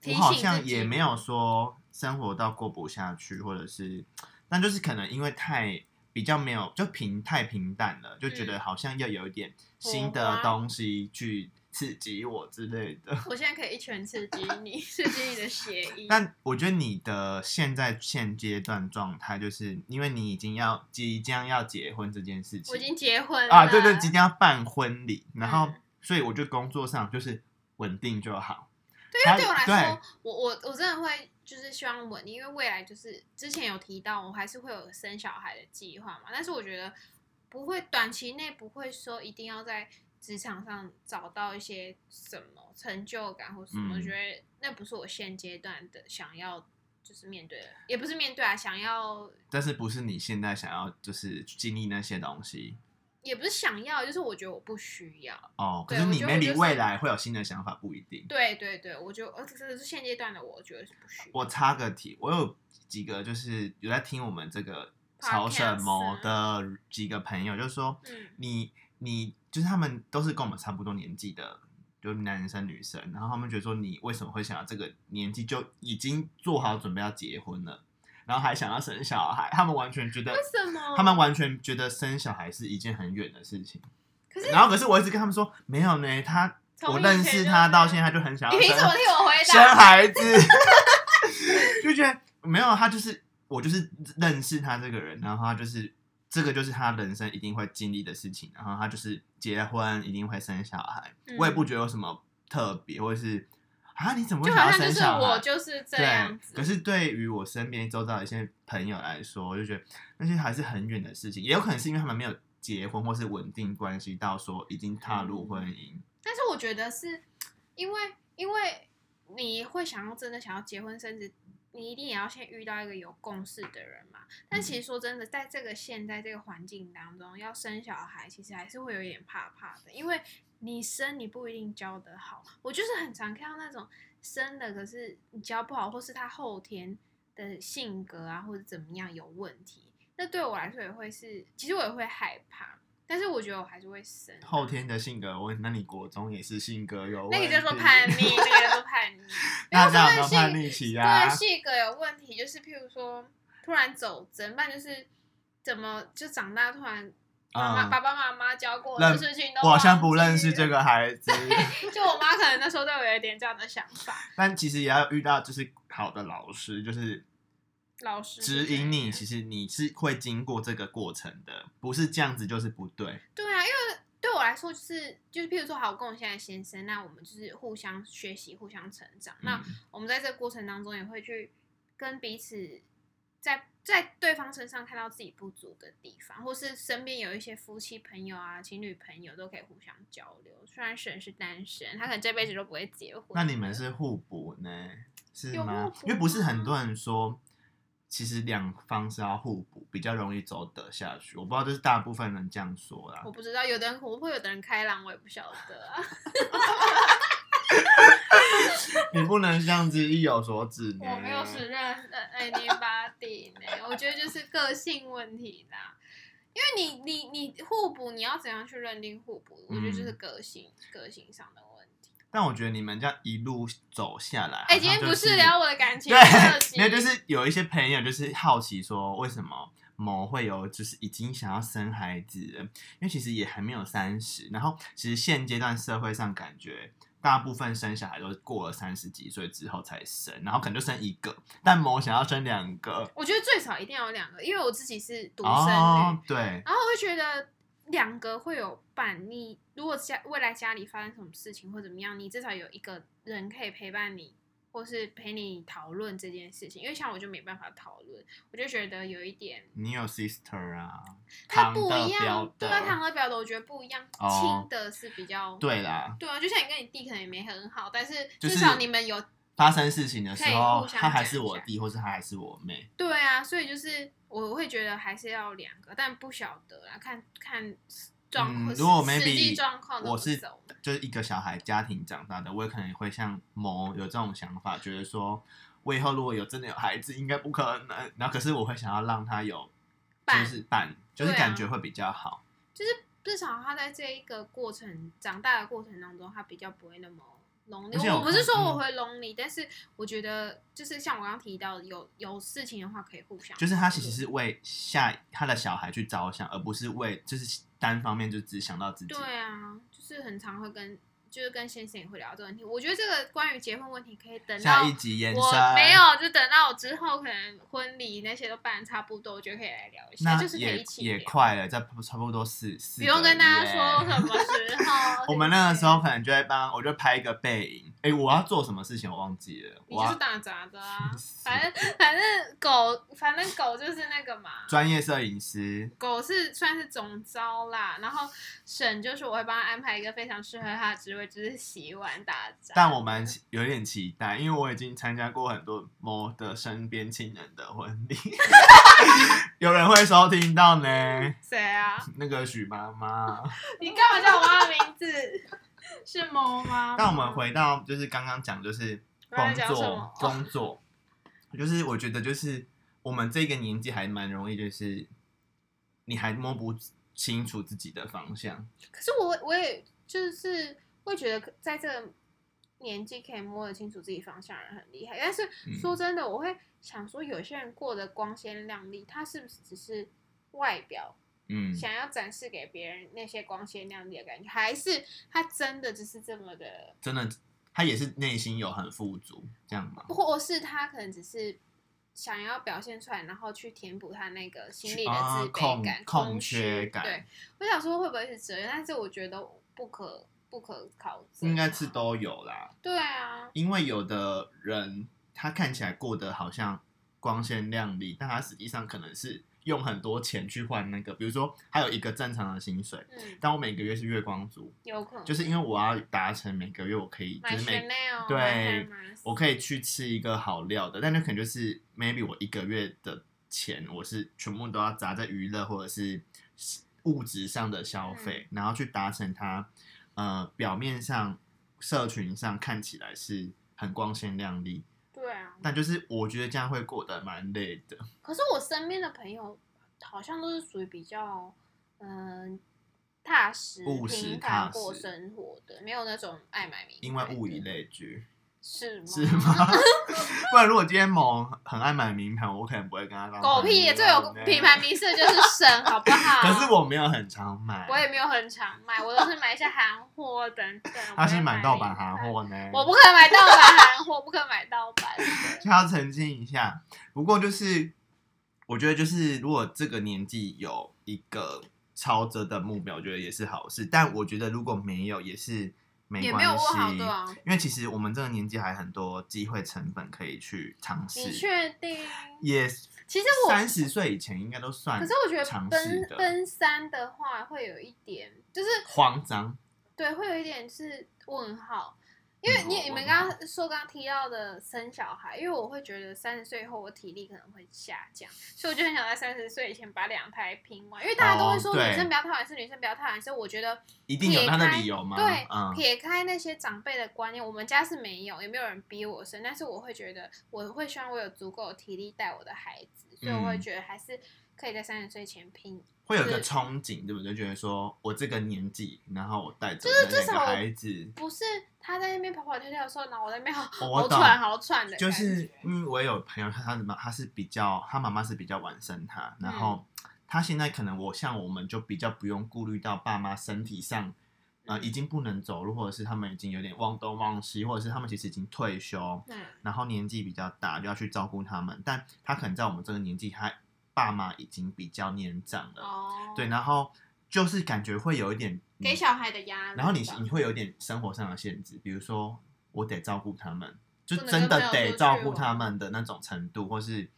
[SPEAKER 1] 提
[SPEAKER 2] 我
[SPEAKER 1] 醒
[SPEAKER 2] 好像
[SPEAKER 1] 自
[SPEAKER 2] 也
[SPEAKER 1] 己
[SPEAKER 2] 没有说生活到过不下去，或者是，但就是可能因为太。比较没有，就平太平淡了，就觉得
[SPEAKER 1] 嗯
[SPEAKER 2] 好像要有一点
[SPEAKER 1] 火
[SPEAKER 2] 新的
[SPEAKER 1] 花
[SPEAKER 2] 东西去刺激我之类的。
[SPEAKER 1] 我现在可以一拳刺激你， 刺激你的血液。
[SPEAKER 2] 但我觉得你的现在现阶段状态，就是因为你已经要即将要结婚这件事
[SPEAKER 1] 我已
[SPEAKER 2] 情
[SPEAKER 1] 经结婚了
[SPEAKER 2] 啊，对对，即将要办婚礼，然后、
[SPEAKER 1] 嗯
[SPEAKER 2] 所以我就工作上就是稳定就好。
[SPEAKER 1] 对，因为
[SPEAKER 2] 他
[SPEAKER 1] 对我来
[SPEAKER 2] 对
[SPEAKER 1] 说，我我我真的会就是希望稳定，因为未来就是之前有提到，我还是会有生小孩的计划嘛。但是我觉得不会短期内不会说一定要在职场上找到一些什么成就感或什么，
[SPEAKER 2] 嗯
[SPEAKER 1] 我觉得那不是我现阶段的想要就是面对的，也不是面对啊，想要
[SPEAKER 2] 但是不是你现在想要就是经历那些东西
[SPEAKER 1] 也不是想要，就是我觉得我不需要。
[SPEAKER 2] 哦？可
[SPEAKER 1] 对
[SPEAKER 2] 是
[SPEAKER 1] 我
[SPEAKER 2] 你
[SPEAKER 1] 觉得我
[SPEAKER 2] maybe
[SPEAKER 1] 就是
[SPEAKER 2] 未来会有新的想法，不一定。
[SPEAKER 1] 对对对，我觉得呃，这这是现阶段的我，觉得是不需要。
[SPEAKER 2] 我插个题，我有几个就是有在听我们这个吵什么的几个朋友，就是说，
[SPEAKER 1] 啊嗯
[SPEAKER 2] 你你就是他们都是跟我们差不多年纪的，就是男生女生，然后他们觉得说你为什么会想要这个年纪就已经做好准备要结婚了，然后还想要生小孩，他们完全觉得
[SPEAKER 1] 为什么？
[SPEAKER 2] 他们完全觉得生小孩是一件很远的事情。
[SPEAKER 1] 可是
[SPEAKER 2] 然后可是我一直跟他们说没有呢，他
[SPEAKER 1] 从
[SPEAKER 2] 我
[SPEAKER 1] 以
[SPEAKER 2] 认
[SPEAKER 1] 前
[SPEAKER 2] 识
[SPEAKER 1] 就是
[SPEAKER 2] 他
[SPEAKER 1] 啊
[SPEAKER 2] 到现在就很想
[SPEAKER 1] 你
[SPEAKER 2] 要
[SPEAKER 1] 凭
[SPEAKER 2] 生
[SPEAKER 1] 什么替我回
[SPEAKER 2] 生
[SPEAKER 1] 答？
[SPEAKER 2] 孩子， 就觉得没有啊他就是我就是认识他这个人，然后他就是这个就是他人生一定会经历的事情，然后他就是结婚一定会生小孩，
[SPEAKER 1] 嗯
[SPEAKER 2] 我也不觉得有什么特别，或者是啊你怎么会
[SPEAKER 1] 就
[SPEAKER 2] 想
[SPEAKER 1] 好
[SPEAKER 2] 要
[SPEAKER 1] 像就
[SPEAKER 2] 生
[SPEAKER 1] 是
[SPEAKER 2] 小
[SPEAKER 1] 我
[SPEAKER 2] 孩？
[SPEAKER 1] 就是这
[SPEAKER 2] 对
[SPEAKER 1] 样，子。
[SPEAKER 2] 可是对于我身边周遭的一些朋友来说，我就觉得那些还是很远的事情，也有可能是因为他们没有结婚或是稳定关系到说已经踏
[SPEAKER 1] 嗯
[SPEAKER 2] 入婚姻，
[SPEAKER 1] 但是我觉得是因为，因为你会想要真的想要结婚生子，你一定也要先遇到一个有共识的人嘛。但其实说真的，在这个现在这个环境当中，要生小孩其实还是会有一点怕怕的，因为你生你不一定教得好。我就是很常看到那种生了可是你教不好，或是他后天的性格啊或者怎么样有问题，那对我来说也会是，其实我也会害怕。但是我觉得我还是会生啊、
[SPEAKER 2] 后天的性格问题，那你国中也是性格有
[SPEAKER 1] 那
[SPEAKER 2] 问
[SPEAKER 1] 个
[SPEAKER 2] 题，
[SPEAKER 1] 叫做叛逆，那个叫做叛逆。
[SPEAKER 2] 那
[SPEAKER 1] 没有
[SPEAKER 2] 这样
[SPEAKER 1] 说
[SPEAKER 2] 有
[SPEAKER 1] 那性
[SPEAKER 2] 叛逆期啊
[SPEAKER 1] 对，性格有问题，就是譬如说突然走针，那就是怎么就长大突然妈妈、
[SPEAKER 2] 嗯
[SPEAKER 1] 爸爸妈妈教过
[SPEAKER 2] 认
[SPEAKER 1] 的事情都
[SPEAKER 2] 我好像不
[SPEAKER 1] 忘记
[SPEAKER 2] 认识这。个孩子，
[SPEAKER 1] 就我妈可能那时候对我有一点这样的想法，
[SPEAKER 2] 但其实也要遇到就是好的老师，就是
[SPEAKER 1] 老师
[SPEAKER 2] 指引你，
[SPEAKER 1] 是
[SPEAKER 2] 其实你是会经过这个过程的，不是这样子就是不对。嗯
[SPEAKER 1] 对啊，因为对我来说就是就是譬如说，好，我跟我现在先生，那我们就是互相学习、互相成长。那
[SPEAKER 2] 嗯
[SPEAKER 1] 我们在这个过程当中也会去跟彼此在在对方身上看到自己不足的地方，或是身边有一些夫妻朋友啊、情侣朋友都可以互相交流。虽然沈是单身，他可能这辈子都不会结婚。
[SPEAKER 2] 那你们是互补呢？是
[SPEAKER 1] 有
[SPEAKER 2] 吗
[SPEAKER 1] 互？补
[SPEAKER 2] 因为不是
[SPEAKER 1] 吗
[SPEAKER 2] 很多人说，其实两方是要互补，比较容易走得下去。我不知道，就是大部分人这样说啦
[SPEAKER 1] 我。不知道，有的人活泼，有的人开朗，我也不晓得 啊。
[SPEAKER 2] 你不能这样子意有所指呢。
[SPEAKER 1] 我没有指认
[SPEAKER 2] 嗯
[SPEAKER 1] anybody 呢，我觉得就是个性问题啦。因为你你你互补，你要怎样去认定互补？我觉得就是
[SPEAKER 2] 嗯
[SPEAKER 1] 个性、个性上的问题。
[SPEAKER 2] 但我觉得你们这样一路走下来，
[SPEAKER 1] 哎、
[SPEAKER 2] 好像
[SPEAKER 1] 今天
[SPEAKER 2] 就
[SPEAKER 1] 不是 聊我的感情特
[SPEAKER 2] 对，
[SPEAKER 1] 辑，
[SPEAKER 2] 没有，就是有一些朋友就是好奇说，为什么某会有就是已经想要生孩子了，因为其实也还没有三十，然后其实现阶段社会上感觉。大部分生小孩都是过了三十几岁之后才生，然后可能就生一个，但某想要生两个
[SPEAKER 1] 我觉得最少一定要有两个，因为我自己是独生女，
[SPEAKER 2] 哦，对，
[SPEAKER 1] 然后我会觉得两个会有伴。你如果家未来家里发生什么事情或怎么样，你至少有一个人可以陪伴你或是陪你讨论这件事情，因为像我就没办法讨论，我就觉得有一点。
[SPEAKER 2] 你有 sister 啊，
[SPEAKER 1] 它
[SPEAKER 2] 糖
[SPEAKER 1] 不
[SPEAKER 2] 的
[SPEAKER 1] 一
[SPEAKER 2] 表
[SPEAKER 1] 样，对啊，糖
[SPEAKER 2] 的，
[SPEAKER 1] 和表的我觉得不一样，
[SPEAKER 2] 哦
[SPEAKER 1] 轻的是比较
[SPEAKER 2] 对啦，
[SPEAKER 1] 对啊，就像你跟你弟可能也没很好，但是
[SPEAKER 2] 就
[SPEAKER 1] 至
[SPEAKER 2] 是
[SPEAKER 1] 少你们有
[SPEAKER 2] 发生事情的时
[SPEAKER 1] 可
[SPEAKER 2] 候，
[SPEAKER 1] 以互相
[SPEAKER 2] 他还
[SPEAKER 1] 讲
[SPEAKER 2] 是
[SPEAKER 1] 一
[SPEAKER 2] 我
[SPEAKER 1] 下
[SPEAKER 2] 弟，或是他还是我妹，
[SPEAKER 1] 对啊，所以就是我会觉得还是要两个，但不晓得啦，看看状况、
[SPEAKER 2] 嗯如果
[SPEAKER 1] 实实际
[SPEAKER 2] maybe
[SPEAKER 1] 状况怎
[SPEAKER 2] 我
[SPEAKER 1] 么
[SPEAKER 2] 是
[SPEAKER 1] 走
[SPEAKER 2] 就是一个小孩家庭长大的，我也可能会像某有这种想法，觉得说我以后如果有真的有孩子，应该不可能。然后可是我会想要让他有，就
[SPEAKER 1] 伴
[SPEAKER 2] 是伴，就是
[SPEAKER 1] 对啊
[SPEAKER 2] 感觉会比较好。
[SPEAKER 1] 至少他在这一个过程长大的过程当中，他比较不会那么 lonely
[SPEAKER 2] 而且
[SPEAKER 1] 我。
[SPEAKER 2] 我
[SPEAKER 1] 不是
[SPEAKER 2] 看
[SPEAKER 1] 说
[SPEAKER 2] 嗯
[SPEAKER 1] 我会 lonely，、但是我觉得就是像我刚刚提到的，有有事情的话可以互相讨论，
[SPEAKER 2] 就是他其实是为下他的小孩去着想，而不是为就是单方面就只想到自己。
[SPEAKER 1] 对啊，就是很常会跟就是跟先生也会聊这个问题。我觉得这个关于结婚问题可以等
[SPEAKER 2] 下
[SPEAKER 1] 到
[SPEAKER 2] 一集延
[SPEAKER 1] 我
[SPEAKER 2] 伸，
[SPEAKER 1] 没有，就等到我之后可能婚礼那些都办得差不多，我觉得可以来聊一下，
[SPEAKER 2] 那
[SPEAKER 1] 就是可以
[SPEAKER 2] 也
[SPEAKER 1] 一起
[SPEAKER 2] 也
[SPEAKER 1] 聊
[SPEAKER 2] 快了，在差不多四四，
[SPEAKER 1] 不用跟大家说。什么时 候。
[SPEAKER 2] 我们那个时候可能就会帮，我就拍一个背影。哎、我要做什么事情我忘记了，
[SPEAKER 1] 你
[SPEAKER 2] 我
[SPEAKER 1] 就
[SPEAKER 2] 要，
[SPEAKER 1] 是打杂的啊
[SPEAKER 2] 死
[SPEAKER 1] 反正反正狗，反正狗就是那个嘛，
[SPEAKER 2] 专业摄影师，
[SPEAKER 1] 狗是算是总招啦。然后沈就是我会帮他安排一个非常适合他的职位，就是洗碗打杂。
[SPEAKER 2] 但我们有点期待，因为我已经参加过很多猫的身边亲人的婚礼， 有人会收听到呢。
[SPEAKER 1] 谁啊？
[SPEAKER 2] 那个许妈妈，
[SPEAKER 1] 你干嘛叫我妈的名字？ 是猫吗？
[SPEAKER 2] 那我们回到就是刚刚讲，就是
[SPEAKER 1] 我要
[SPEAKER 2] 工
[SPEAKER 1] 讲什么
[SPEAKER 2] 作，工作，就是我觉得就是我们这个年纪还蛮容易，就是你还摸不清楚自己的方向，
[SPEAKER 1] 可是我我也就是会觉得，在这个年纪可以摸得清楚自己方向的人很厉害。但是
[SPEAKER 2] 嗯
[SPEAKER 1] 说真的，我会想说，有些人过得光鲜亮丽，他是不是只是外表
[SPEAKER 2] 嗯，
[SPEAKER 1] 想要展示给别人那些光鲜亮丽的感觉，还是他真的只是这么的，
[SPEAKER 2] 真的，他也是内心有很富足，这样吗？
[SPEAKER 1] 或是他可能只是想要表现出来，然后去填补他那个心里的
[SPEAKER 2] 啊
[SPEAKER 1] 自
[SPEAKER 2] 空
[SPEAKER 1] 卑感、
[SPEAKER 2] 空
[SPEAKER 1] 空虚
[SPEAKER 2] 缺感
[SPEAKER 1] 对，我想说会不会是这样，但是我觉得不可不可考证，啊
[SPEAKER 2] 应该是。都有啦，
[SPEAKER 1] 对啊，
[SPEAKER 2] 因为有的人他看起来过得好像光鲜亮丽，但他实际上可能是用很多钱去换那个，比如说他有一个正常的薪水，
[SPEAKER 1] 嗯，
[SPEAKER 2] 但我每个月是月光族，
[SPEAKER 1] 有可能
[SPEAKER 2] 就是因为我要达成每个月我可以
[SPEAKER 1] 买
[SPEAKER 2] 就是每
[SPEAKER 1] Chanel，
[SPEAKER 2] 对
[SPEAKER 1] 买 Hermes
[SPEAKER 2] 我可以去吃一个好料的，但那可能就是 maybe 我一个月的钱我是全部都要砸在娱乐或者是物质上的消费，然后去达成它呃表面上社群上看起来是很光鲜亮丽，
[SPEAKER 1] 对啊。
[SPEAKER 2] 但就是我觉得这样会过得蛮累的。
[SPEAKER 1] 可是我身边的朋友好像都是属于比较嗯、踏实、
[SPEAKER 2] 务实
[SPEAKER 1] 平
[SPEAKER 2] 踏
[SPEAKER 1] 凡过
[SPEAKER 2] 实
[SPEAKER 1] 生活的，没有那种爱买名牌的，
[SPEAKER 2] 因为物以类聚，
[SPEAKER 1] 是吗？
[SPEAKER 2] 是吗？ 不然如果今天某很爱买名牌，我可能不会跟他当
[SPEAKER 1] 狗屁，
[SPEAKER 2] 朋友
[SPEAKER 1] 最有
[SPEAKER 2] 呢
[SPEAKER 1] 品牌迷思的就是神，好不好？
[SPEAKER 2] 可是我没有很常买，
[SPEAKER 1] 我也没有很常买，我都是买一些韩货等等。
[SPEAKER 2] 他是
[SPEAKER 1] 我不会
[SPEAKER 2] 买盗
[SPEAKER 1] 名
[SPEAKER 2] 版行
[SPEAKER 1] 牌，
[SPEAKER 2] 货呢。
[SPEAKER 1] 我不可能买盗版韩货，不可能买盗版的。
[SPEAKER 2] 就要澄清一下。不过就是，我觉得就是，如果这个年纪有一个朝着的目标，我觉得也是好事。但我觉得如果没有，也是 没
[SPEAKER 1] 也没
[SPEAKER 2] 关系，
[SPEAKER 1] 有不好对啊
[SPEAKER 2] 因为其实我们这个年纪还很多机会成本可以去尝
[SPEAKER 1] 你
[SPEAKER 2] 试。
[SPEAKER 1] 确定？
[SPEAKER 2] 也，
[SPEAKER 1] 其实我
[SPEAKER 2] 三十岁以前应该都算，
[SPEAKER 1] 可是我觉得
[SPEAKER 2] 尝
[SPEAKER 1] 奔
[SPEAKER 2] 试的
[SPEAKER 1] 奔三的话，会有一点，就是
[SPEAKER 2] 慌张。
[SPEAKER 1] 对，会有一点是问号，因为
[SPEAKER 2] 嗯
[SPEAKER 1] 你
[SPEAKER 2] 我
[SPEAKER 1] 你们
[SPEAKER 2] 问
[SPEAKER 1] 刚
[SPEAKER 2] 号
[SPEAKER 1] 刚说刚刚提到的生小孩，因为我会觉得三十岁后我体力可能会下降，所以我就很想在三十岁以前把两胎拼完，因为大家都会
[SPEAKER 2] 哦
[SPEAKER 1] 说
[SPEAKER 2] 对
[SPEAKER 1] 女生不要太晚是女生不要太晚，所以我觉得
[SPEAKER 2] 一定有
[SPEAKER 1] 撇
[SPEAKER 2] 他的
[SPEAKER 1] 开
[SPEAKER 2] 理由吗？
[SPEAKER 1] 对，
[SPEAKER 2] 嗯，
[SPEAKER 1] 撇开那些长辈的观念，我们家是没有，也没有人逼我生，但是我会觉得，我会希望我有足够的体力带我的孩子，所以我会
[SPEAKER 2] 嗯
[SPEAKER 1] 觉得还是可以在三十岁前拼，
[SPEAKER 2] 会有一
[SPEAKER 1] 是
[SPEAKER 2] 个憧憬，对不对？觉得说我这个年纪，然后我带
[SPEAKER 1] 就
[SPEAKER 2] 着
[SPEAKER 1] 是
[SPEAKER 2] 那
[SPEAKER 1] 至
[SPEAKER 2] 个
[SPEAKER 1] 少
[SPEAKER 2] 孩子，
[SPEAKER 1] 不是他在那边跑跑跳跳的时候，然后我在那边好
[SPEAKER 2] 我
[SPEAKER 1] 好
[SPEAKER 2] 懂
[SPEAKER 1] 喘好喘的感觉，
[SPEAKER 2] 就是因为我也有朋友，他他的妈他是比较，他妈妈是比较晚生他，
[SPEAKER 1] 嗯
[SPEAKER 2] 然后他现在可能我像我们就比较不用顾虑到爸妈身体上，呃，
[SPEAKER 1] 嗯
[SPEAKER 2] 已经不能走路，或者是他们已经有点忘东忘西，或者是他们其实已经退休，
[SPEAKER 1] 嗯。
[SPEAKER 2] 然后年纪比较大，就要去照顾他们。但他可能在我们这个年纪，他爸妈已经比较年长了，
[SPEAKER 1] 哦，
[SPEAKER 2] 对，，然后就是感觉会有一点你
[SPEAKER 1] 给小孩的压力吧。
[SPEAKER 2] 然后你你会有点生活上的限制，比如说我得照顾他们，就
[SPEAKER 1] 不能
[SPEAKER 2] 真
[SPEAKER 1] 跟
[SPEAKER 2] 的
[SPEAKER 1] 朋友
[SPEAKER 2] 得
[SPEAKER 1] 出
[SPEAKER 2] 照
[SPEAKER 1] 去
[SPEAKER 2] 顾他
[SPEAKER 1] 玩
[SPEAKER 2] 们的那种程度，或是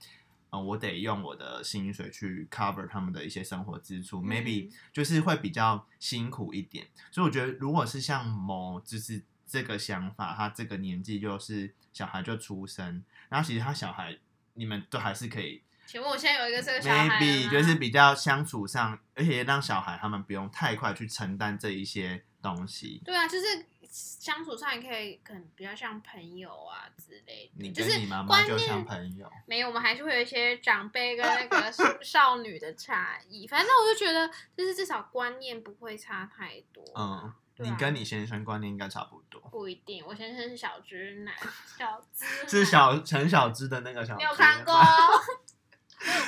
[SPEAKER 2] 呃，我得用我的薪水去 cover 他们的一些生活支出、m a y b e
[SPEAKER 1] 嗯
[SPEAKER 2] 就是会比较辛苦一点。所以我觉得，如果是像某就是这个想法，他这个年纪就是小孩就出生，然后其实他小孩你们都还是可以
[SPEAKER 1] 请问我现在有一个这个小孩了
[SPEAKER 2] maybe
[SPEAKER 1] 吗
[SPEAKER 2] 就是比较相处上，而且让小孩他们不用太快去承担这一些东西。
[SPEAKER 1] 对啊，就是相处上也可以，可能比较像朋友啊之类的，
[SPEAKER 2] 你
[SPEAKER 1] 就
[SPEAKER 2] 跟
[SPEAKER 1] 是
[SPEAKER 2] 你妈妈
[SPEAKER 1] 观
[SPEAKER 2] 就
[SPEAKER 1] 念
[SPEAKER 2] 像朋友，
[SPEAKER 1] 没有，我们还是会有一些长辈跟那个 少少女的差异。反正我就觉得，就是至少观念不会差太多。
[SPEAKER 2] 嗯，
[SPEAKER 1] 对
[SPEAKER 2] 你
[SPEAKER 1] 啊
[SPEAKER 2] 跟你先生观念应该差不多。
[SPEAKER 1] 不一定，我先生是小直男，小直男
[SPEAKER 2] 是 小陈小芝的那个小，
[SPEAKER 1] 你有看过？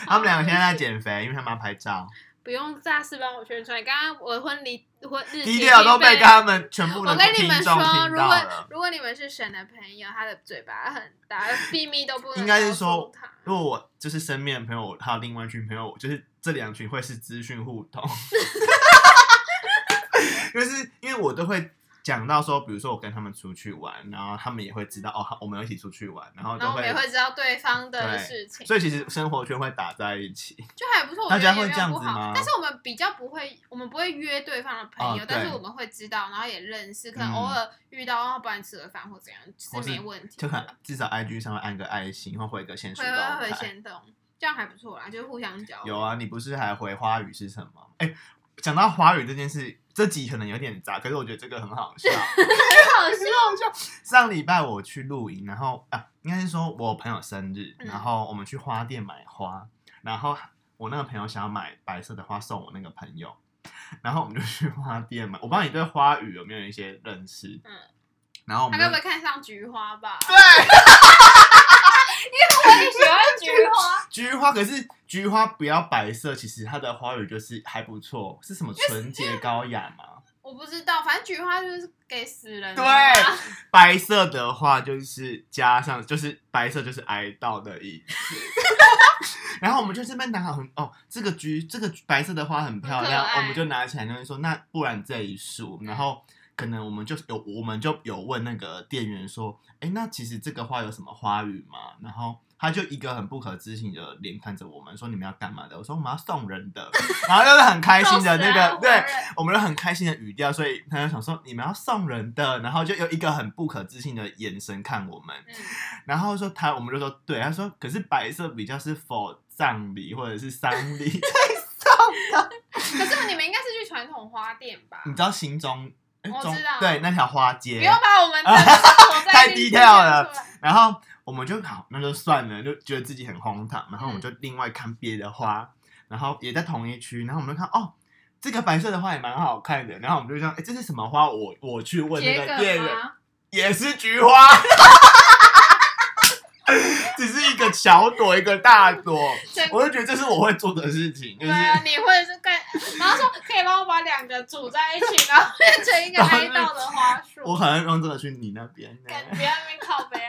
[SPEAKER 2] 他们两个现在在减肥，因为他们要拍照，
[SPEAKER 1] 不用大肆帮我宣传。刚刚我的婚礼婚日
[SPEAKER 2] 低
[SPEAKER 1] 期
[SPEAKER 2] 调
[SPEAKER 1] 已经
[SPEAKER 2] 都被他们全部
[SPEAKER 1] 我
[SPEAKER 2] 的
[SPEAKER 1] 跟你
[SPEAKER 2] 听
[SPEAKER 1] 们
[SPEAKER 2] 众
[SPEAKER 1] 说，
[SPEAKER 2] 听
[SPEAKER 1] 如
[SPEAKER 2] 到
[SPEAKER 1] 果
[SPEAKER 2] 了。
[SPEAKER 1] 如果你们是神的朋友，他的嘴巴很 大，秘密都不能
[SPEAKER 2] 应该是说
[SPEAKER 1] 告诉他
[SPEAKER 2] 如果我就是身边的朋友，我还有另外一群朋友，我就是这两群会是资讯互 通， 就是因为我都会讲到说，比如说我跟他们出去玩，然后他们也会知道哦，我们有一起出去玩，然后
[SPEAKER 1] 然
[SPEAKER 2] 都
[SPEAKER 1] 后我们也会知道对方的
[SPEAKER 2] 对
[SPEAKER 1] 事情，
[SPEAKER 2] 所以其实生活圈会打在一起。
[SPEAKER 1] 就还不错，我
[SPEAKER 2] 大
[SPEAKER 1] 觉
[SPEAKER 2] 家
[SPEAKER 1] 得也
[SPEAKER 2] 会
[SPEAKER 1] 没
[SPEAKER 2] 这样
[SPEAKER 1] 有不
[SPEAKER 2] 子吗
[SPEAKER 1] 好。但是我们比较不会，我们不会约对方的朋友，
[SPEAKER 2] 哦对
[SPEAKER 1] 但是我们会知道，然后也认识，可能
[SPEAKER 2] 嗯
[SPEAKER 1] 偶尔遇到，然后不然吃个饭或怎样
[SPEAKER 2] 或
[SPEAKER 1] 是
[SPEAKER 2] 是
[SPEAKER 1] 没问题
[SPEAKER 2] 就
[SPEAKER 1] 的，
[SPEAKER 2] 可能至少 IG 上会按个爱心，或回个现实
[SPEAKER 1] 会
[SPEAKER 2] 动
[SPEAKER 1] 会会
[SPEAKER 2] 态。
[SPEAKER 1] 先动，这样还不错啦，就是互相交流。
[SPEAKER 2] 有啊，你不是还回花语是什么？哎、讲到花语这件事，这集可能有点杂，可是我觉得这个很好笑。
[SPEAKER 1] 好笑，
[SPEAKER 2] 上礼拜我去露营，然后啊，应该是说我朋友生日，
[SPEAKER 1] 嗯
[SPEAKER 2] 然后我们去花店买花，然后我那个朋友想要买白色的花送我那个朋友，然后我们就去花店买。我不知道你对花语有没有一些认识？
[SPEAKER 1] 嗯
[SPEAKER 2] 然后我
[SPEAKER 1] 他
[SPEAKER 2] 们
[SPEAKER 1] 该不
[SPEAKER 2] 就
[SPEAKER 1] 会看上菊花吧？
[SPEAKER 2] 对
[SPEAKER 1] 我也喜欢菊花，
[SPEAKER 2] 菊花，可是菊花不要白色，其实它的花语就是还不错，是什么纯洁高雅吗？
[SPEAKER 1] 我不知道，反正菊花就是给死人啊的
[SPEAKER 2] 对
[SPEAKER 1] 嘛。，
[SPEAKER 2] 白色的话就是加上，就是白色就是哀悼的意思。 然后我们就这边拿好很哦，这个菊这个白色的花很漂亮
[SPEAKER 1] 很可，爱嗯
[SPEAKER 2] 我们就拿起来，就是说那不然这一束，然后可能我们就有我们就有问那个店员说，哎，那其实这个花有什么花语吗？然后。他就一个很不可置信的脸看着我们，说：“你们要干嘛的？”我说：“我们要送人 的。”然后就是很开心的那
[SPEAKER 1] 笑死
[SPEAKER 2] 个
[SPEAKER 1] 啊，
[SPEAKER 2] 对
[SPEAKER 1] 活，人
[SPEAKER 2] 我们都很开心的语调，所以他就想说你们要送人的，然后就用一个很不可置信的眼神看我们，
[SPEAKER 1] 嗯，
[SPEAKER 2] 然后说他，我们就说对，他说可是白色比较是否葬礼或者是丧礼，
[SPEAKER 1] 可是你们应该是去传统花店吧？
[SPEAKER 2] 你知道心中哎
[SPEAKER 1] 我
[SPEAKER 2] 中
[SPEAKER 1] 知道
[SPEAKER 2] 对那条花
[SPEAKER 1] 不
[SPEAKER 2] 街，
[SPEAKER 1] 要把我们的所在
[SPEAKER 2] 太
[SPEAKER 1] 地
[SPEAKER 2] 低
[SPEAKER 1] 介
[SPEAKER 2] 调
[SPEAKER 1] 绍
[SPEAKER 2] 了
[SPEAKER 1] 出来。
[SPEAKER 2] 然后我们就好，那就算了，就觉得自己很荒唐。然后我们就另外看别的花，然后也在同一区，然后我们就看哦，这个白色的花也蛮好看的。然后我们就说，哎，这是什么花？我我去问那
[SPEAKER 1] 桔
[SPEAKER 2] 个店
[SPEAKER 1] 梗
[SPEAKER 2] 员，
[SPEAKER 1] 吗？
[SPEAKER 2] 也是菊花， 只是一个小朵，一个 大朵。
[SPEAKER 1] 整
[SPEAKER 2] 我就觉得这是我会做的事情，
[SPEAKER 1] 对
[SPEAKER 2] 就是
[SPEAKER 1] 啊，你会是跟，然后说可以帮我把两个组在一起，然后变成一个哀悼的花束。
[SPEAKER 2] 我可能用这个去你那边。
[SPEAKER 1] 感觉在那边靠背，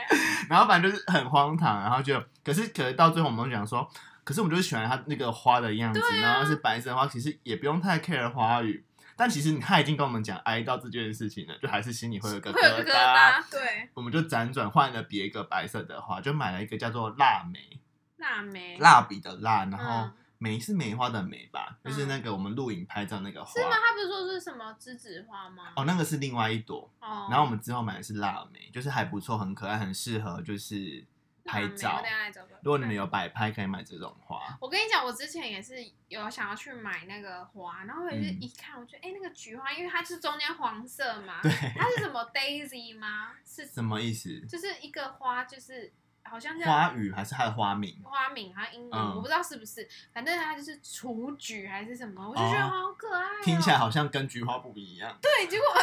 [SPEAKER 2] 然后反正就是很荒唐，然后就可是可是到最后我们就讲说，可是我们就是喜欢它那个花的样子，
[SPEAKER 1] 对啊
[SPEAKER 2] 然后是白色的花，其实也不用太 care 花语。但其实他已经跟我们讲哀悼这件事情了，就还是心里会有一个
[SPEAKER 1] 会有个疙
[SPEAKER 2] 疙
[SPEAKER 1] 瘩。对，
[SPEAKER 2] 我们就辗转换了别一个白色的花，就买了一个叫做腊梅，
[SPEAKER 1] 腊梅，
[SPEAKER 2] 蜡笔的蜡，然后
[SPEAKER 1] 嗯
[SPEAKER 2] 梅是梅花的梅吧，
[SPEAKER 1] 嗯
[SPEAKER 2] 就是那个我们录影拍照那个花。
[SPEAKER 1] 是吗？他不是说是什么栀子花吗？
[SPEAKER 2] 哦，那个是另外一朵。
[SPEAKER 1] 哦
[SPEAKER 2] 然后我们之后买的是腊梅，就是还不错，很可爱，很适合就是拍
[SPEAKER 1] 腊梅
[SPEAKER 2] 照
[SPEAKER 1] 我等。一下来找个
[SPEAKER 2] 如果你们有摆拍，可以买这种花。
[SPEAKER 1] 我跟你讲，我之前也是有想要去买那个花，然后我就
[SPEAKER 2] 嗯
[SPEAKER 1] 一看，我觉得哎、诶那个菊花，因为它是中间黄色嘛，
[SPEAKER 2] 对，
[SPEAKER 1] 它是什么 daisy 吗？是
[SPEAKER 2] 什么意思？
[SPEAKER 1] 就是一个花，就是好像叫
[SPEAKER 2] 花语还是它的花名？
[SPEAKER 1] 花名好像英文，
[SPEAKER 2] 嗯
[SPEAKER 1] 我不知道是不是，反正它就是雏菊还是什么，我就觉得
[SPEAKER 2] 哦
[SPEAKER 1] 好可爱、哦。
[SPEAKER 2] 听起来好像跟菊花不一样。
[SPEAKER 1] 对，结果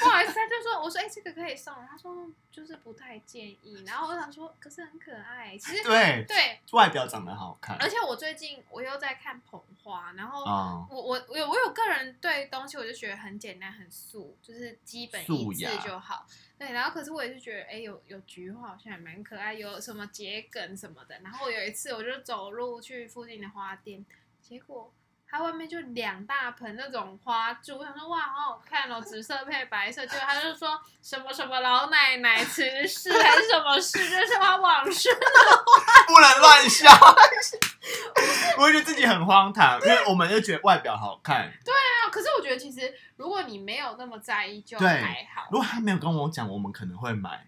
[SPEAKER 1] 不好意思，他就说，我说哎、这个可以送，他说就是不太建议。然后我想说，可是很可爱，其实
[SPEAKER 2] 对，
[SPEAKER 1] 对，
[SPEAKER 2] 外表长得好看。
[SPEAKER 1] 而且我最近我又在看捧花，然后。
[SPEAKER 2] 哦，
[SPEAKER 1] 我我我有我有个人对东西，我就觉得很简单很素，就是基本
[SPEAKER 2] 素
[SPEAKER 1] 一致
[SPEAKER 2] 雅
[SPEAKER 1] 就好。对，然后可是我也是觉得，哎、有有菊花好像也蛮可爱，有什么桔梗什么的。然后我有一次我就走路去附近的花店，结果它外面就两大盆那种花柱，我想说哇，好好看哦，紫色配白色。结果他就说什么什么老奶奶辞世还是什么事，这是他往事。
[SPEAKER 2] 不能乱笑。 我会觉得自己很荒唐，因为我们就觉得外表好看。
[SPEAKER 1] 对啊，可是我觉得其实如果你没有那么在意，就
[SPEAKER 2] 对
[SPEAKER 1] 还好
[SPEAKER 2] 如。果他没有跟我讲，我们可能会买，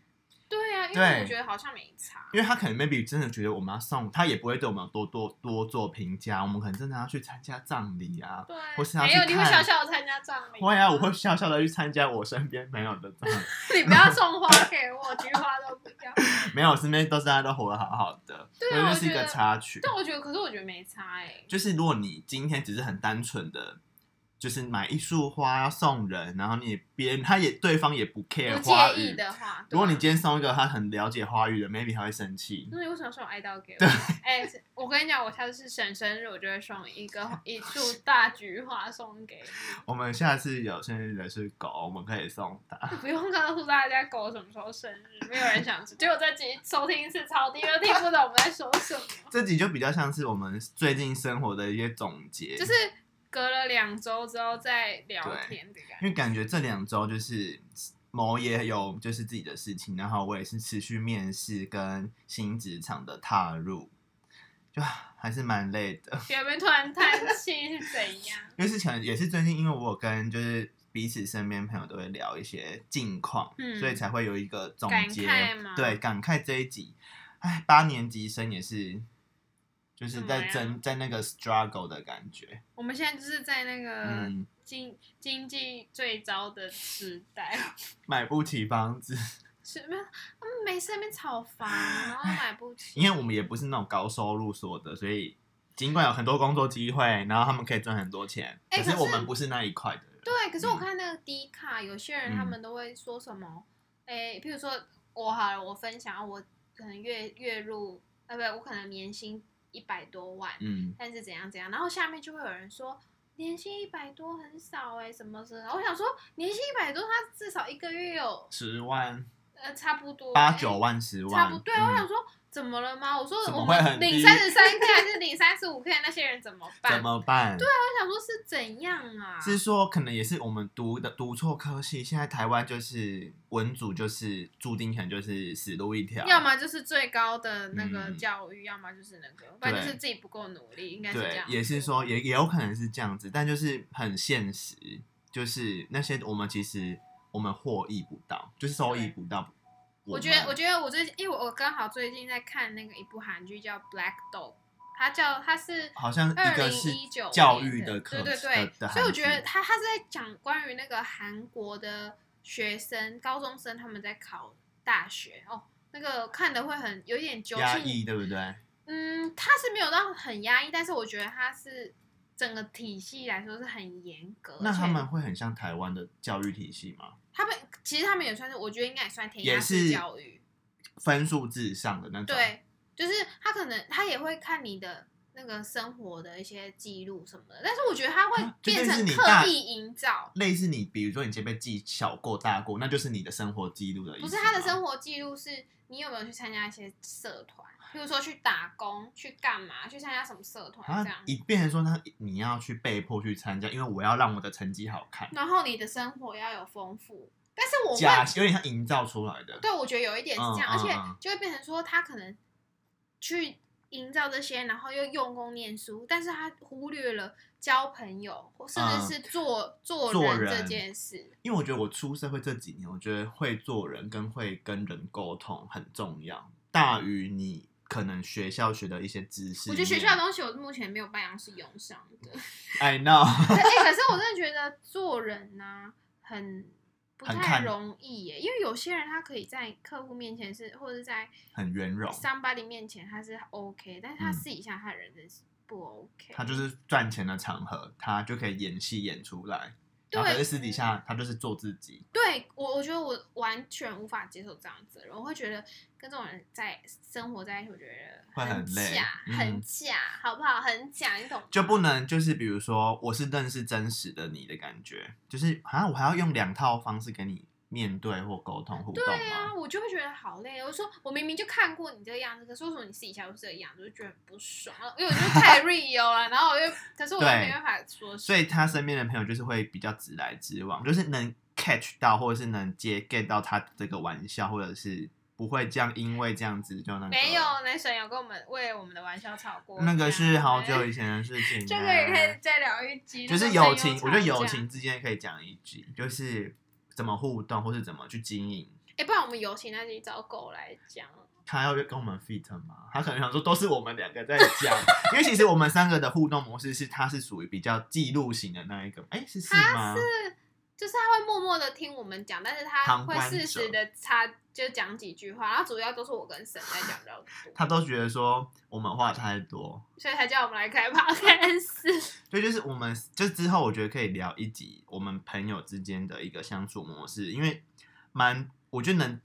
[SPEAKER 1] 对啊，因
[SPEAKER 2] 对
[SPEAKER 1] 为我觉得好像没差。
[SPEAKER 2] 因为他可能 maybe 真的觉得我们要送，他也不会对我们有多多多做评价。我们可能真的要去参加葬礼啊，
[SPEAKER 1] 对
[SPEAKER 2] 或是，要
[SPEAKER 1] 没
[SPEAKER 2] 去
[SPEAKER 1] 有你会
[SPEAKER 2] 看
[SPEAKER 1] 笑笑地参加葬礼。
[SPEAKER 2] 会啊，我会笑笑的去参加我身边朋友的葬礼。
[SPEAKER 1] 你不要送花给我， 菊花都不要。
[SPEAKER 2] 没有，我身边都是大家都活得好好的，
[SPEAKER 1] 对啊
[SPEAKER 2] 因为就是一
[SPEAKER 1] 我觉
[SPEAKER 2] 个
[SPEAKER 1] 得
[SPEAKER 2] 插曲。
[SPEAKER 1] 但我觉得，可是我觉得没差哎、
[SPEAKER 2] 就是如果你今天只是很单纯的，就是买一束花要送人，然后你也别人他也对方也不 care
[SPEAKER 1] 不
[SPEAKER 2] 花
[SPEAKER 1] 介
[SPEAKER 2] 语
[SPEAKER 1] 意，的话，
[SPEAKER 2] 如果你
[SPEAKER 1] 对啊嗯
[SPEAKER 2] 今天送一个他很了解花语的，maybe 他会生气。
[SPEAKER 1] 那你为什么送哀悼给我？哎、我跟你讲，我下次是婶生日，我就会送一个一束大菊花送给你。
[SPEAKER 2] 我们下次有生日的是狗，我们可以送他。
[SPEAKER 1] 不用告诉大家狗什么时候生日，没有人想知。结果这集收听一次超低，又听不懂我们在说什么。
[SPEAKER 2] 这集就比较像是我们最近生活的一些总结，
[SPEAKER 1] 就是隔了两周之后再聊天的感觉。
[SPEAKER 2] 因为感觉这两周就是某也有就是自己的事情，然后我也是持续面试跟新职场的踏入，就啊还是蛮累的。
[SPEAKER 1] 别人突然叹气是怎样？
[SPEAKER 2] 就是可能也是最近，因为我有跟就是彼此身边朋友都会聊一些近况，
[SPEAKER 1] 嗯
[SPEAKER 2] 所以才会有一个总结
[SPEAKER 1] 感慨吗，
[SPEAKER 2] 对，感慨这一集，哎，八年级生也是。就是在
[SPEAKER 1] 怎么
[SPEAKER 2] 争在那个 struggle 的感觉，
[SPEAKER 1] 我们现在就是在那个
[SPEAKER 2] 嗯，
[SPEAKER 1] 经经济最糟的时代，
[SPEAKER 2] 买不起房子，
[SPEAKER 1] 是没有他们没事在那边炒房，然后买不起。
[SPEAKER 2] 因为我们也不是那种高收入所得，所以尽管有很多工作机会，然后他们可以赚很多钱，
[SPEAKER 1] 哎可
[SPEAKER 2] 是
[SPEAKER 1] 是
[SPEAKER 2] 我们不是那一块的人。
[SPEAKER 1] 对，可是我
[SPEAKER 2] 嗯
[SPEAKER 1] 看那个低卡，有些人
[SPEAKER 2] 嗯
[SPEAKER 1] 他们都会说什么，诶、譬如说我好了，我分享我可能月月入，呃，不，我可能年薪一百多万，
[SPEAKER 2] 嗯，
[SPEAKER 1] 但是怎样怎样，然后下面就会有人说。年薪一百多很少哎、什么什么？我想说，年薪一百多，他至少一个月有
[SPEAKER 2] 十万、
[SPEAKER 1] 呃差不多
[SPEAKER 2] 八
[SPEAKER 1] 欸
[SPEAKER 2] 九万、十万，
[SPEAKER 1] 差不多。对啊，我
[SPEAKER 2] 嗯
[SPEAKER 1] 想说怎么了吗？我说
[SPEAKER 2] 怎么
[SPEAKER 1] 我
[SPEAKER 2] 会很
[SPEAKER 1] 们
[SPEAKER 2] 低
[SPEAKER 1] 领三十三 k 还是领三十五 k 那些人怎么办？
[SPEAKER 2] 怎么办？对
[SPEAKER 1] 我想说是怎样啊？
[SPEAKER 2] 是说可能也是我们读的读错科系，现在台湾就是文组就是注定可能就是死路一条，
[SPEAKER 1] 要么就是最高的那个
[SPEAKER 2] 啊嗯
[SPEAKER 1] 教育，要么就是那个，不然就是自己不够努力，应该是这
[SPEAKER 2] 对
[SPEAKER 1] 样，。
[SPEAKER 2] 也是，说也也有可能是这样子，但就是很现实，就是那些我们其实我们获益不到，就是收益不到。
[SPEAKER 1] 我
[SPEAKER 2] 们
[SPEAKER 1] 觉得，我觉得我最近，因为我刚好最近在看那个一部韩剧叫《Black Dog》，它叫它是
[SPEAKER 2] 好像
[SPEAKER 1] 二
[SPEAKER 2] 一个是
[SPEAKER 1] 零一九
[SPEAKER 2] 教育的课
[SPEAKER 1] 对对
[SPEAKER 2] 的的
[SPEAKER 1] 对，
[SPEAKER 2] 韩
[SPEAKER 1] 所以我
[SPEAKER 2] 剧
[SPEAKER 1] 觉得他他是在讲关于那个韩国的学生、高中生他们在考大学哦，那个看的会很有一点揪
[SPEAKER 2] 压
[SPEAKER 1] 心。
[SPEAKER 2] 抑，对不对？
[SPEAKER 1] 嗯，他是没有到很压抑，但是我觉得他是整个体系来说是很严格。
[SPEAKER 2] 那
[SPEAKER 1] 而且
[SPEAKER 2] 他们会很像台湾的教育体系吗？
[SPEAKER 1] 他们其实他们也算是，我觉得应该也算填
[SPEAKER 2] 也
[SPEAKER 1] 鸭式
[SPEAKER 2] 是
[SPEAKER 1] 教育。
[SPEAKER 2] 分数至上的那种，，啊
[SPEAKER 1] 对，就是他可能他也会看你的那个生活的一些记录什么的，但是我觉得他会
[SPEAKER 2] 啊就
[SPEAKER 1] 变
[SPEAKER 2] 类似
[SPEAKER 1] 成
[SPEAKER 2] 你
[SPEAKER 1] 刻
[SPEAKER 2] 大
[SPEAKER 1] 意营造，
[SPEAKER 2] 类似你，比如说你今天被记小过大过，那就是你的生活记录的意思
[SPEAKER 1] 不
[SPEAKER 2] 吗。
[SPEAKER 1] 是他的生活记录是你有没有去参加一些社团，比如说去打工、去干嘛、去参加什么社团
[SPEAKER 2] 啊
[SPEAKER 1] 这样，
[SPEAKER 2] 一变成说他你要去被迫去参加，因为我要让我的成绩好看，
[SPEAKER 1] 然后你的生活要有丰富，但是我
[SPEAKER 2] 假
[SPEAKER 1] 会
[SPEAKER 2] 有点像营造出来的。
[SPEAKER 1] 对我觉得有一点是这样，
[SPEAKER 2] 嗯
[SPEAKER 1] 而且
[SPEAKER 2] 嗯嗯
[SPEAKER 1] 就会变成说他可能去营造这些，然后又用功念书，但是他忽略了交朋友，或甚
[SPEAKER 2] 嗯
[SPEAKER 1] 至是做、做
[SPEAKER 2] 做
[SPEAKER 1] 人这
[SPEAKER 2] 人
[SPEAKER 1] 件事。
[SPEAKER 2] 因为我觉得我出社会这几年，我觉得会做人跟会跟人沟通很重要，大于你可能学校学的一些知识面。
[SPEAKER 1] 我觉得学校的东西我目前没有半样是用上的。
[SPEAKER 2] I know，
[SPEAKER 1] 哎、欸可是我真的觉得做人呢、很不
[SPEAKER 2] 很
[SPEAKER 1] 太
[SPEAKER 2] 看
[SPEAKER 1] 容易耶，因为有些人他可以在客户面前是，或者是在
[SPEAKER 2] 很圆融，
[SPEAKER 1] somebody 面前他是 OK，但是他
[SPEAKER 2] 嗯
[SPEAKER 1] 私底下他人真是不 OK。
[SPEAKER 2] 他就是赚钱的场合，他就可以演戏演出来。
[SPEAKER 1] 对嗯
[SPEAKER 2] 然后可是私底下他就是做自己，
[SPEAKER 1] 对我，我觉得我完全无法接受这样子的人，我会觉得跟这种人在生活在一起，我觉得
[SPEAKER 2] 会很累
[SPEAKER 1] 假，
[SPEAKER 2] 嗯
[SPEAKER 1] 很假，好不好？很假，你懂吗？
[SPEAKER 2] 就不能就是比如啊说我是认识真实的你的感觉，就是好像我还要用两套方式给你面对或沟通互动
[SPEAKER 1] 对啊，
[SPEAKER 2] 吗？
[SPEAKER 1] 我就会觉得好累。哦我说我明明就看过你这个样子，可是为什么你私底下又是这个样子，我就觉得很不爽。因为我就 太 real 了，然后我又，可是我又
[SPEAKER 2] 对
[SPEAKER 1] 没办法说
[SPEAKER 2] 所
[SPEAKER 1] 是。
[SPEAKER 2] 以他身边的朋友就是会比较直来直往，就是能 catch 到或者是能接 get 到他这个玩笑，或者是不会这样因为这样子就那个
[SPEAKER 1] 没有，男神有跟我们为我们的玩笑吵过架。
[SPEAKER 2] 那个是好久以前的事情、啊，
[SPEAKER 1] 这个也可以再聊一集。
[SPEAKER 2] 就是
[SPEAKER 1] 那
[SPEAKER 2] 友
[SPEAKER 1] 男神
[SPEAKER 2] 情
[SPEAKER 1] 有，吵
[SPEAKER 2] 我觉得友
[SPEAKER 1] 架。
[SPEAKER 2] 情之间可以讲一句，就是怎么互动，或是怎么去经营。
[SPEAKER 1] 哎，不然我们友情那集找狗来讲。
[SPEAKER 2] 他要跟我们 fit 吗？他可能想说都是我们两个在讲， 因为其实我们三个的互动模式是，他是属于比较记录型的那一个，哎、是是吗？
[SPEAKER 1] 是，就是他会默默的听我们讲，但是他
[SPEAKER 2] 旁
[SPEAKER 1] 会
[SPEAKER 2] 观
[SPEAKER 1] 适时
[SPEAKER 2] 者
[SPEAKER 1] 的插就讲几句话，然后主要都是我跟神在讲比较多，
[SPEAKER 2] 他都觉得说我们话太多，
[SPEAKER 1] 所以才叫我们来开 podcast。
[SPEAKER 2] 所以就是我们就之后我觉得可以聊一集我们朋友之间的一个相处模式，因为蛮我觉得能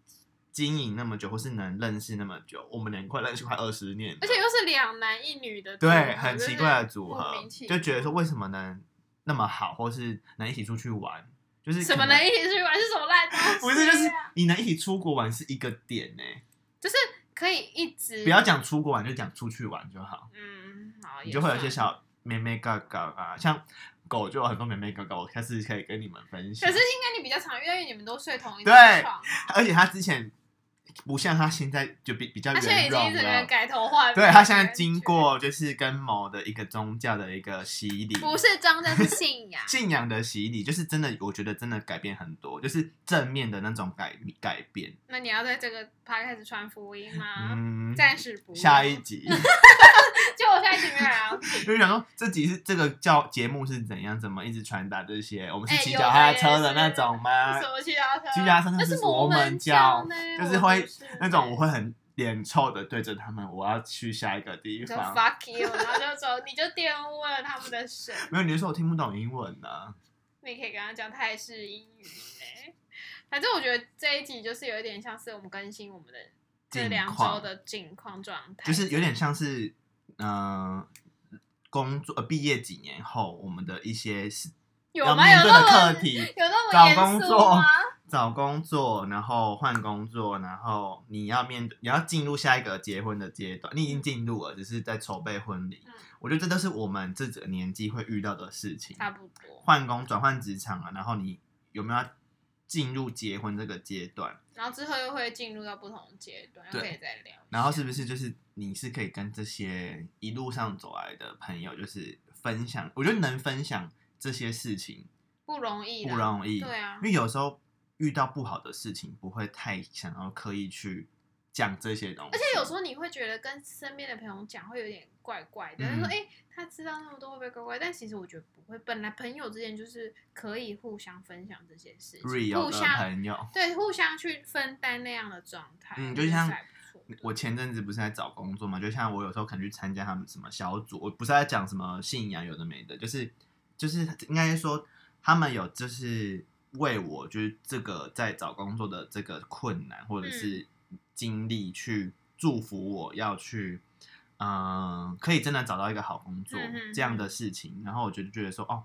[SPEAKER 2] 经营那么久，或是能认识那么久，我们两个快认识快二十年了，
[SPEAKER 1] 而且又是两男一女的组合，
[SPEAKER 2] 对，很奇怪的组合，就觉得说
[SPEAKER 1] 说
[SPEAKER 2] 为什么能那么好，或是能一起出去玩，就是
[SPEAKER 1] 什么
[SPEAKER 2] 可能
[SPEAKER 1] 能一起去玩是什么烂东西、啊，
[SPEAKER 2] 不是就是你能一起出国玩是一个点呢、
[SPEAKER 1] 就是可以一直
[SPEAKER 2] 不要，讲出国玩，就讲出去玩就好，
[SPEAKER 1] 嗯，好，
[SPEAKER 2] 你
[SPEAKER 1] 也
[SPEAKER 2] 就会有一些
[SPEAKER 1] 算。
[SPEAKER 2] 小妹妹嘎嘎啊，像狗就有很多妹妹嘎嘎，我下次可以跟你们分享。
[SPEAKER 1] 可是应该你比较常遇到，因为你们都睡同一
[SPEAKER 2] 对
[SPEAKER 1] 张床啊，
[SPEAKER 2] 而且它之前不像它现在就比比较
[SPEAKER 1] 他现在
[SPEAKER 2] 圆
[SPEAKER 1] 已经
[SPEAKER 2] 融
[SPEAKER 1] 整个
[SPEAKER 2] 了。
[SPEAKER 1] 改头换面的感觉。
[SPEAKER 2] 对它现在经过就是跟某的一个宗教的一个洗礼，，
[SPEAKER 1] 不是张真是信仰
[SPEAKER 2] 信仰的洗礼，就是真的，我觉得真的改变很多，就是正面的那种改改变。
[SPEAKER 1] 那你要在这个 podcast 传福音吗？
[SPEAKER 2] 嗯，
[SPEAKER 1] 暂、时 不要。
[SPEAKER 2] 下一，集
[SPEAKER 1] 就我下一啊集没有 聊。
[SPEAKER 2] 就是想说这集是这个教节目是怎样，怎么一直传达这些？我们
[SPEAKER 1] 哎
[SPEAKER 2] 是骑
[SPEAKER 1] 有
[SPEAKER 2] 脚踏
[SPEAKER 1] 的
[SPEAKER 2] 车
[SPEAKER 1] 耶
[SPEAKER 2] 的那
[SPEAKER 1] 是
[SPEAKER 2] 种吗
[SPEAKER 1] 什？么其他车？
[SPEAKER 2] 其他车那
[SPEAKER 1] 那
[SPEAKER 2] 是
[SPEAKER 1] 摩
[SPEAKER 2] 摩门
[SPEAKER 1] 教
[SPEAKER 2] 教
[SPEAKER 1] 呢，
[SPEAKER 2] 就是
[SPEAKER 1] 我
[SPEAKER 2] 会
[SPEAKER 1] 不是
[SPEAKER 2] 那种我。会很脸臭的对着他们，我要去下一个地
[SPEAKER 1] 你就
[SPEAKER 2] 方。
[SPEAKER 1] fuck you，然后就走，你就玷污了他们的神。
[SPEAKER 2] 没有，你就说我听不懂英文啊呢、
[SPEAKER 1] 你可以跟他讲泰式英语嘞。反正我觉得这一集就是有一点像是我们更新我们的这
[SPEAKER 2] 近
[SPEAKER 1] 两周
[SPEAKER 2] 况
[SPEAKER 1] 的近况状态，
[SPEAKER 2] 就是有点像是，嗯、工作呃毕业几年后，我们的一些事
[SPEAKER 1] 有
[SPEAKER 2] 要
[SPEAKER 1] 吗？
[SPEAKER 2] 面
[SPEAKER 1] 有
[SPEAKER 2] 对的
[SPEAKER 1] 那
[SPEAKER 2] 课
[SPEAKER 1] 么
[SPEAKER 2] 题，
[SPEAKER 1] 有那么
[SPEAKER 2] 找
[SPEAKER 1] 严
[SPEAKER 2] 工
[SPEAKER 1] 肃
[SPEAKER 2] 作
[SPEAKER 1] 吗？
[SPEAKER 2] 找工作，然后换工作，然后你要面对，你要进入下一个结婚的阶段，你已经进入了，只是在筹备婚礼
[SPEAKER 1] 嗯。
[SPEAKER 2] 我觉得这都是我们这个年纪会遇到的事情。
[SPEAKER 1] 差不多。
[SPEAKER 2] 换工转换职场啊，然后你有没有要进入结婚这个阶段？
[SPEAKER 1] 然后之后又会进入到不同的阶段，又
[SPEAKER 2] 对
[SPEAKER 1] 可以再聊一下。
[SPEAKER 2] 然后是不是就是你是可以跟这些一路上走来的朋友，就是分享？我觉得能分享这些事情
[SPEAKER 1] 不容易啦，
[SPEAKER 2] 不容易，
[SPEAKER 1] 对啊
[SPEAKER 2] 因，为有时候遇到不好的事情，不会太想要刻意去讲这些东西，
[SPEAKER 1] 而且有时候你会觉得跟身边的朋友讲会有点怪怪的，他、
[SPEAKER 2] 嗯
[SPEAKER 1] 说：“哎、他知道那么多会不会怪怪？”但其实我觉得不会，本来朋友之间就是可以互相分享这些事情，
[SPEAKER 2] real
[SPEAKER 1] 互
[SPEAKER 2] 的
[SPEAKER 1] 相
[SPEAKER 2] 朋友。
[SPEAKER 1] 对互相去分担那样的状态，
[SPEAKER 2] 嗯
[SPEAKER 1] 我
[SPEAKER 2] 就
[SPEAKER 1] 觉得
[SPEAKER 2] 像
[SPEAKER 1] 还不错
[SPEAKER 2] 我前阵子不是在找工作嘛，就像我有时候可能去参加他们什么小组，我不是在讲什么信仰有的没的，就是就是应该说他们有就是为我就是这个在找工作的这个困难
[SPEAKER 1] 嗯
[SPEAKER 2] 或者是经历去祝福我要去。嗯，可以真的找到一个好工作、
[SPEAKER 1] 嗯哼
[SPEAKER 2] 这样的事情，然后我就觉得说，哦，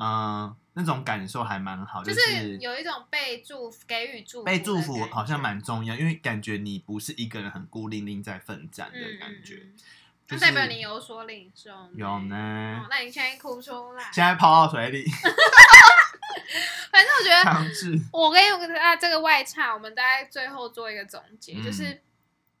[SPEAKER 2] 嗯、那种感受还蛮好，、
[SPEAKER 1] 就是是有一种被祝福、给予祝福、
[SPEAKER 2] 被祝福好像蛮重要，因为感觉你不是一个人很孤零零在奋战的感觉，
[SPEAKER 1] 嗯嗯嗯
[SPEAKER 2] 就
[SPEAKER 1] 那
[SPEAKER 2] 是
[SPEAKER 1] 代表你有所领受呢，
[SPEAKER 2] 有
[SPEAKER 1] 哦
[SPEAKER 2] 呢。
[SPEAKER 1] 那你现在哭出来，
[SPEAKER 2] 现在泡到 水里，
[SPEAKER 1] 反正我觉得
[SPEAKER 2] 强制
[SPEAKER 1] 我跟大家这个外差，我们大概最后做一个总结，
[SPEAKER 2] 嗯
[SPEAKER 1] 就是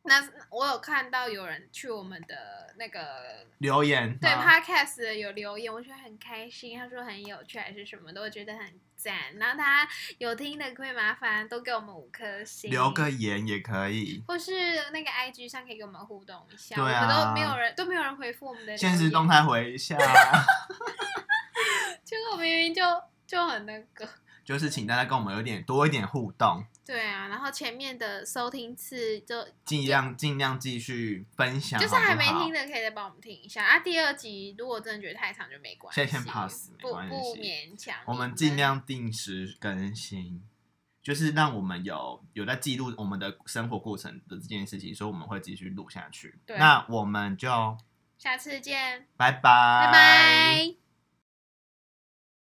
[SPEAKER 1] 那我有看到有人去我们的那个
[SPEAKER 2] 留言
[SPEAKER 1] 对
[SPEAKER 2] 吗
[SPEAKER 1] podcast 的有留言，我觉得很开心，他说很有趣还是什么的，我觉得很赞。然后大家有听的可以麻烦都给我们五颗星，
[SPEAKER 2] 留个啊言也可以，
[SPEAKER 1] 或是那个 IG 上可以跟我们互动一下，
[SPEAKER 2] 对啊
[SPEAKER 1] 我们都没有人都没有人回复我们的留言
[SPEAKER 2] 现实动，态回一下，
[SPEAKER 1] 结果明明就就很那个。
[SPEAKER 2] 就是请大家跟我们有点多一点互动，
[SPEAKER 1] 对啊，然后前面的收听次就
[SPEAKER 2] 尽量尽量继续分享，
[SPEAKER 1] 就是还没
[SPEAKER 2] 好不好
[SPEAKER 1] 听，的，可以再帮我们听一下啊。第二集如果真的觉得太长就没关系，
[SPEAKER 2] 现在先 pass，没
[SPEAKER 1] 不
[SPEAKER 2] 关系
[SPEAKER 1] 不勉强你。
[SPEAKER 2] 我们尽量定时更新。就是让我们有有在记录我们的生活过程的这件事情，所以我们会继续录下去。
[SPEAKER 1] 对
[SPEAKER 2] 那我们就
[SPEAKER 1] 下次见，
[SPEAKER 2] 拜拜，
[SPEAKER 1] 拜拜。